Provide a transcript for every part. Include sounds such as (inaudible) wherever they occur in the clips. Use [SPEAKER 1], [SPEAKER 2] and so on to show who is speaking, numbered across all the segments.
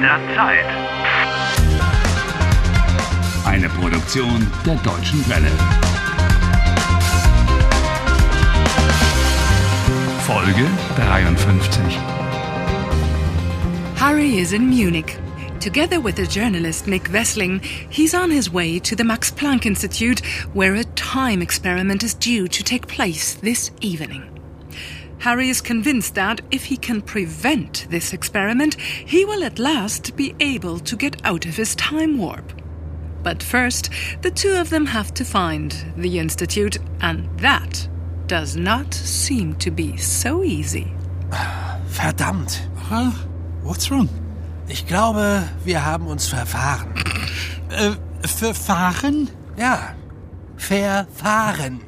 [SPEAKER 1] der Zeit.
[SPEAKER 2] Eine Produktion der Deutschen Welle. Folge 53.
[SPEAKER 3] Harry is in Munich. Together with the journalist Nick Wessling, he's on his way to the Max Planck Institute, where a time experiment is due to take place this evening. Harry is convinced that if he can prevent this experiment, he will at last be able to get out of his time warp. But first, the two of them have to find the Institute, and that does not seem to be so easy.
[SPEAKER 4] Verdammt.
[SPEAKER 5] Huh? What's wrong?
[SPEAKER 4] Ich glaube, wir haben uns verfahren.
[SPEAKER 5] Äh, verfahren?
[SPEAKER 4] Ja, verfahren.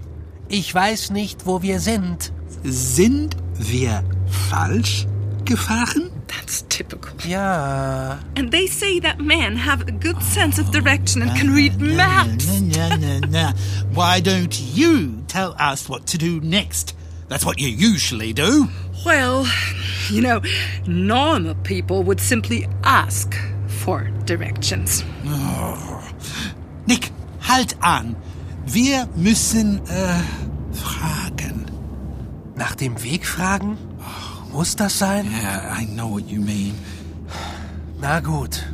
[SPEAKER 4] Ich weiß nicht, wo wir sind.
[SPEAKER 5] Sind wir falsch gefahren?
[SPEAKER 3] That's typical.
[SPEAKER 4] Ja,
[SPEAKER 3] And they say that men have a good sense of direction and can read maps.
[SPEAKER 5] Na, na, na, na, na. Why don't you tell us what to do next? That's what you usually do.
[SPEAKER 3] Well, you know, normal people would simply ask for directions.
[SPEAKER 5] Nick, halt an. Wir müssen äh, fragen.
[SPEAKER 4] nach dem Weg fragen? Muss das sein?
[SPEAKER 5] Yeah, Äh, I know what you mean.
[SPEAKER 4] Na gut.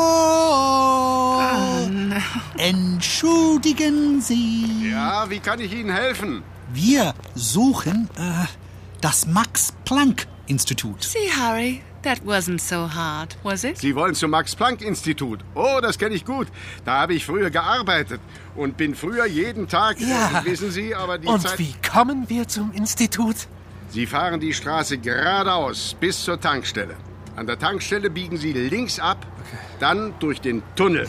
[SPEAKER 5] Hallo. Entschuldigen Sie.
[SPEAKER 6] Ja, wie kann ich Ihnen helfen?
[SPEAKER 5] Wir suchen äh, das Max Planck Institut.
[SPEAKER 3] See, Harry, that wasn't so hard, was it?
[SPEAKER 6] Sie wollen zum Max-Planck-Institut. Oh, das kenne ich gut. Da habe ich früher gearbeitet und bin früher jeden Tag.
[SPEAKER 4] Ja.
[SPEAKER 6] Äh, Wissen Sie, aber die
[SPEAKER 4] Und
[SPEAKER 6] Zeit.
[SPEAKER 4] wie kommen wir zum Institut?
[SPEAKER 6] Sie fahren die Straße geradeaus bis zur Tankstelle. An der Tankstelle biegen Sie links ab, dann durch den Tunnel.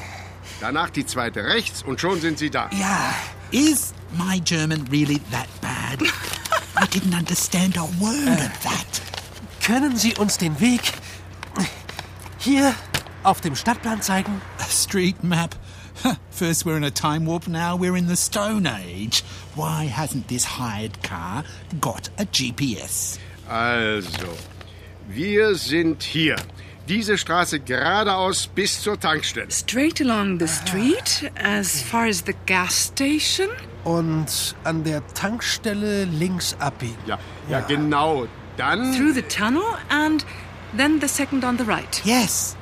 [SPEAKER 6] Danach die zweite rechts und schon sind Sie da.
[SPEAKER 4] Ja,
[SPEAKER 5] Is my German really that bad? I didn't understand a word of that.
[SPEAKER 4] können Sie uns den Weg hier auf dem Stadtplan zeigen?
[SPEAKER 5] A street map. Huh, First we're in a time warp, now we're in the Stone Age. Why hasn't this hired car got a GPS?
[SPEAKER 6] Also, wir sind hier. Diese Straße geradeaus bis zur Tankstelle.
[SPEAKER 3] Straight along the street, as far as the gas station.
[SPEAKER 4] Und an der Tankstelle links abbiegen.
[SPEAKER 6] Ja, ja, genau. Dann.
[SPEAKER 3] through the tunnel and then the second on the right.
[SPEAKER 5] Yes,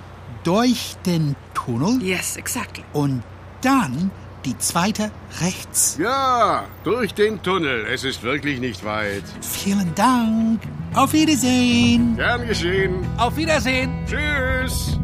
[SPEAKER 5] durch den Tunnel
[SPEAKER 3] Yes, exactly.
[SPEAKER 5] und dann die zweite rechts.
[SPEAKER 6] Ja, durch den Tunnel. Es ist wirklich nicht weit.
[SPEAKER 5] Vielen Dank. Auf Wiedersehen.
[SPEAKER 6] Gern geschehen.
[SPEAKER 4] Auf Wiedersehen.
[SPEAKER 6] Tschüss.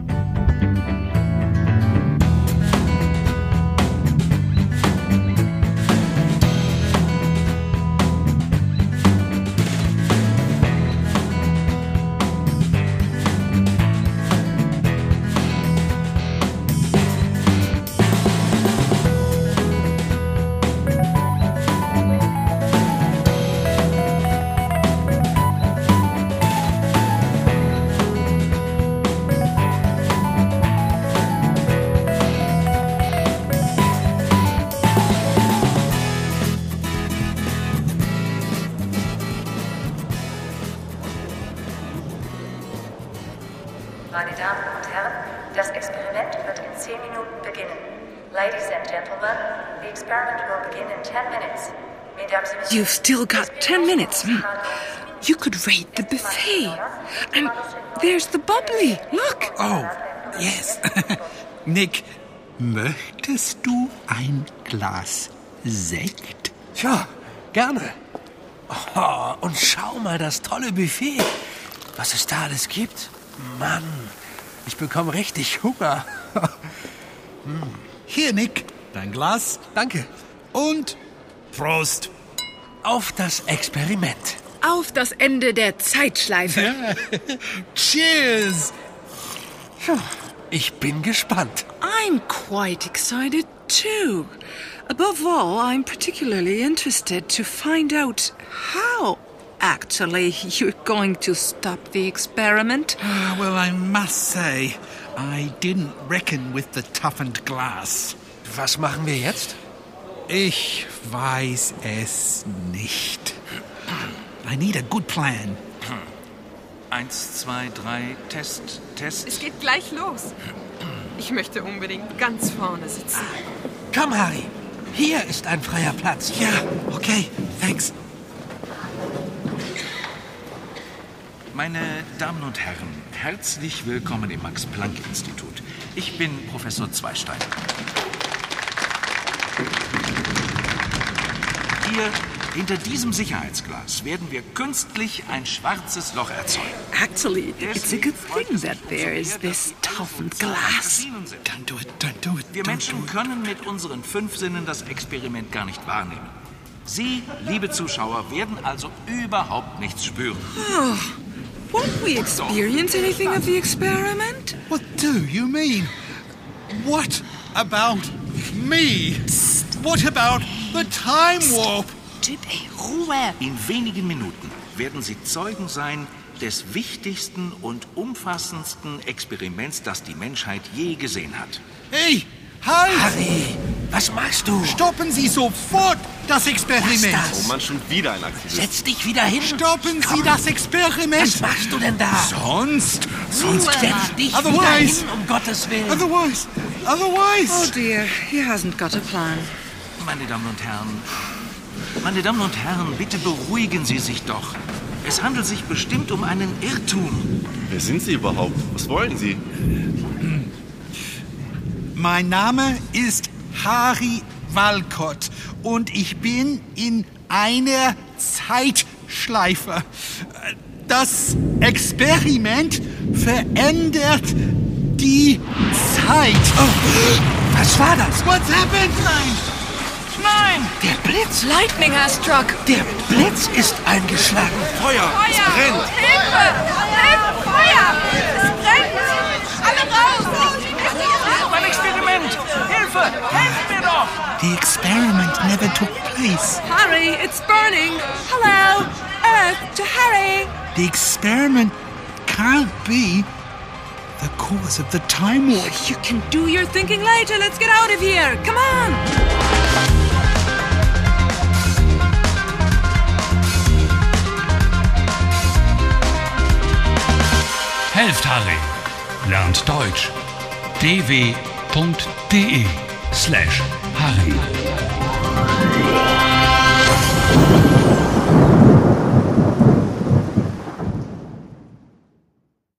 [SPEAKER 7] Meine Damen und Herren, das Experiment wird in 10 Minuten beginnen. Ladies and gentlemen, the experiment will begin in 10 minutes. Mesdames et messieurs,
[SPEAKER 3] You've still got 10 minutes. Hmm. You could raid the buffet. And there's the bubbly. Look.
[SPEAKER 5] Oh, yes. Nick, möchtest du ein Glas Sekt?
[SPEAKER 4] Ja, gerne. Oh, und schau mal das tolle Buffet. Was es da alles gibt. Mann, ich bekomme richtig Hunger. (laughs) Hm.
[SPEAKER 5] Hier, Nick, dein Glas
[SPEAKER 4] Danke.
[SPEAKER 5] und Prost.
[SPEAKER 4] Auf das Experiment.
[SPEAKER 3] Auf das Ende der Zeitschleife.
[SPEAKER 5] Cheers.
[SPEAKER 4] Ich bin gespannt.
[SPEAKER 3] I'm quite excited too. Above all, I'm particularly interested to find out how actually (laughs) you're going to stop the experiment.
[SPEAKER 5] Ah, well, I must say, I didn't reckon with the toughened glass.
[SPEAKER 4] Was machen wir jetzt?
[SPEAKER 5] Ich weiß es nicht. I need a good plan.
[SPEAKER 1] Eins, zwei, drei, Test,
[SPEAKER 8] Es
[SPEAKER 1] Test.
[SPEAKER 8] geht gleich los. Ich möchte unbedingt ganz vorne sitzen.
[SPEAKER 4] Komm, Harry. Hier ist ein freier Platz.
[SPEAKER 5] Ja, okay, thanks.
[SPEAKER 1] Meine Damen und Herren, herzlich willkommen im Max-Planck-Institut. Ich bin Professor Zweistein. Hier, hinter diesem Sicherheitsglas, werden wir künstlich ein schwarzes Loch erzeugen.
[SPEAKER 3] Actually, it's a good thing that there is this toughened glass.
[SPEAKER 5] Don't do it, don't do it.
[SPEAKER 1] Wir
[SPEAKER 5] don't do
[SPEAKER 1] Menschen
[SPEAKER 5] it.
[SPEAKER 1] können mit unseren fünf Sinnen das Experiment gar nicht wahrnehmen. Sie, liebe Zuschauer, werden also überhaupt nichts spüren.
[SPEAKER 3] Won't we experience anything of the experiment?
[SPEAKER 5] What do you mean? What about me? What about the time warp?
[SPEAKER 1] In wenigen Minuten werden Sie Zeugen sein des wichtigsten und umfassendsten Experiments, das die Menschheit je gesehen hat.
[SPEAKER 5] Hey, halt!
[SPEAKER 4] Harry, was machst du?
[SPEAKER 5] Stoppen Sie sofort das Experiment!
[SPEAKER 4] Was
[SPEAKER 9] Man schon wieder ein Aktivist.
[SPEAKER 4] Setz dich wieder hin.
[SPEAKER 5] Stoppen Sie das
[SPEAKER 4] Was
[SPEAKER 5] Experiment!
[SPEAKER 4] machst du denn da?
[SPEAKER 5] Sonst, sonst
[SPEAKER 4] Setz dich
[SPEAKER 1] Also
[SPEAKER 4] wieder
[SPEAKER 5] Otherwise.
[SPEAKER 4] hin, um Gottes Willen.
[SPEAKER 5] Otherwise, otherwise.
[SPEAKER 3] Oh dear, he hasn't got a plan.
[SPEAKER 1] Meine Damen und Herren, meine Damen und Herren, bitte beruhigen Sie sich doch. Es handelt sich bestimmt um einen Irrtum.
[SPEAKER 9] Wer sind Sie überhaupt? Was wollen Sie?
[SPEAKER 5] Mein Name ist Harry Walcott und ich bin in einer Zeitschleife. Das Experiment verändert die Zeit.
[SPEAKER 4] Oh, Was war das?
[SPEAKER 5] What's happened?
[SPEAKER 8] Nein!
[SPEAKER 4] Der Blitz?
[SPEAKER 8] Lightning has struck!
[SPEAKER 4] Der Blitz ist eingeschlagen.
[SPEAKER 9] Feuer! Ah, Es brennt!
[SPEAKER 8] Hilfe! Hilfe! Feuer! Es brennt! Alle raus! Mein Experiment! Hilfe! Helft mir doch!
[SPEAKER 5] The experiment never took place.
[SPEAKER 8] Harry, it's burning! Hello! Earth to Harry!
[SPEAKER 5] The experiment can't be the cause of the time warp.
[SPEAKER 8] You can do your thinking later. Let's get out of here. Come on!
[SPEAKER 2] Helft Harry. Lernt Deutsch. dw.de slash Harry.